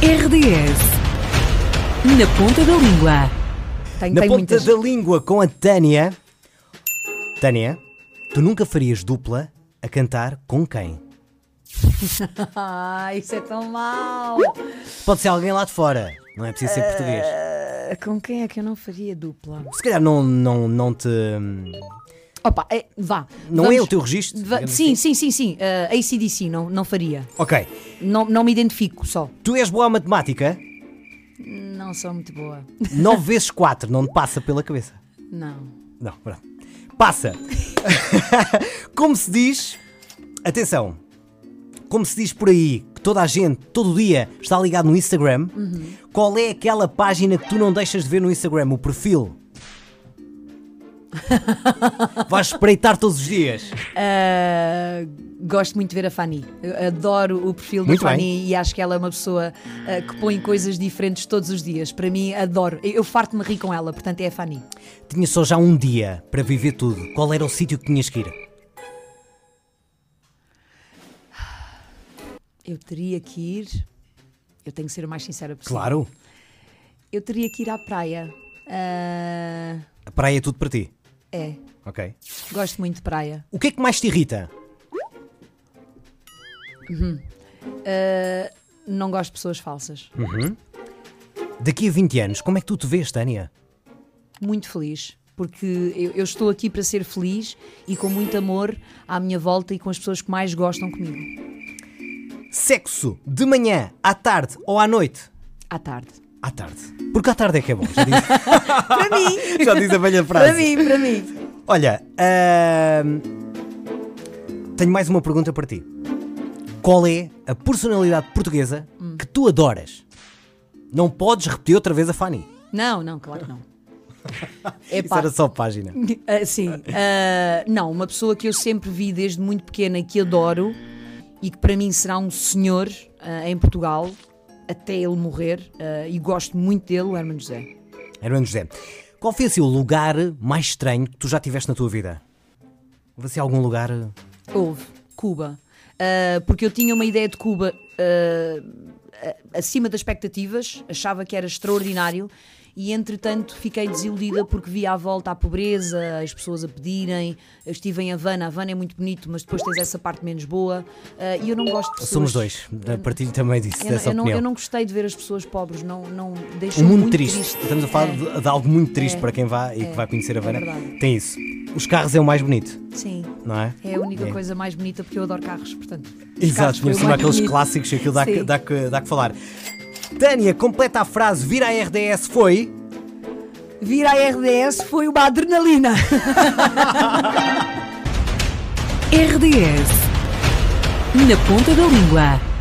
RDS. Na ponta da língua. Tem, Na tem ponta muitas. da língua com a Tânia. Tânia, tu nunca farias dupla a cantar com quem? Ai, isso é tão mau. Pode ser alguém lá de fora, não é preciso ser Eh, português. Ah, Com quem é que eu não faria dupla? Se calhar não, não, não te. Opa, é, vá. Não vamos- é o teu registro? Va- digamos sim, assim. sim, sim, sim. Ah, ACDC, não, não faria. Ok. Não, não me identifico só. Tu és boa à matemática? Não sou muito boa. 9 vezes 4 não te passa pela cabeça. Não. Não, pronto. Passa! como se diz. Atenção! Como se diz por aí que toda a gente, todo dia, está ligado no Instagram, qual é aquela página que tu não deixas de ver no Instagram? O perfil? Vais espreitar todos os dias. Ah, gosto muito de ver a Fanny. Eu adoro o perfil da Muito bem. Fanny e acho que ela é uma pessoa ah, que põe coisas diferentes todos os dias. Para mim, adoro. Eu, eu farto-me rir com ela, portanto é a Fanny. Tinha só já um dia para viver tudo. Qual era o sítio que tinhas que ir? Eu teria que ir. Eu tenho que ser o mais sincera possível. Claro, Eu teria que ir à praia. Ah, a praia é tudo para ti. é. Ok. Gosto muito de praia. O que é que mais te irrita? Ah, não gosto de pessoas falsas. Daqui a 20 anos, como é que tu te vês, Tânia? Muito feliz. Porque eu, eu estou aqui para ser feliz e com muito amor à minha volta e com as pessoas que mais gostam comigo. Sexo de manhã, à tarde ou à noite? À tarde. À tarde. Porque à tarde é que é bom, já diz, Para mim! já diz a velha frase. para mim, para mim. Olha, ahm, tenho mais uma pergunta para ti. Qual é a personalidade portuguesa Hum. que tu adoras? Não podes repetir outra vez a Fanny. Não, não, claro que não. É Isso era só página. Ah, sim. Ah, não, uma pessoa que eu sempre vi desde muito pequena e que adoro e que para mim será um senhor ah, em Portugal até ele morrer ah, e gosto muito dele, o Hermano José. Hermano José. Qual foi assim, o lugar mais estranho que tu já tiveste na tua vida? Vai ser algum lugar. Houve, Cuba. Ah, porque eu tinha uma ideia de Cuba ah, ah, acima das expectativas, achava que era extraordinário e, entretanto, fiquei desiludida porque vi à volta a pobreza, as pessoas a pedirem. Eu estive em Havana, Havana é muito bonito, mas depois tens essa parte menos boa ah, e eu não gosto de pessoas. Somos dois. Partilho também disso, Eu, não- dessa eu não, opinião. eu não gostei de ver as pessoas pobres, não, não Um deixou mundo muito triste. Estamos a falar É, de, de algo muito triste É. para quem vá e É. que vai conhecer a Havana. verdade. Tem isso. Os carros é o mais bonito, Sim. não é? É a única coisa mais bonita porque eu adoro carros, portanto. os carros Exato, foi o por cima mais aqueles bonito. clássicos, aquilo dá, que, Sim. dá, que, dá que falar. Tânia, completa a frase, vir à RDS foi. Vir à RDS foi uma adrenalina. RDS. Na ponta da língua.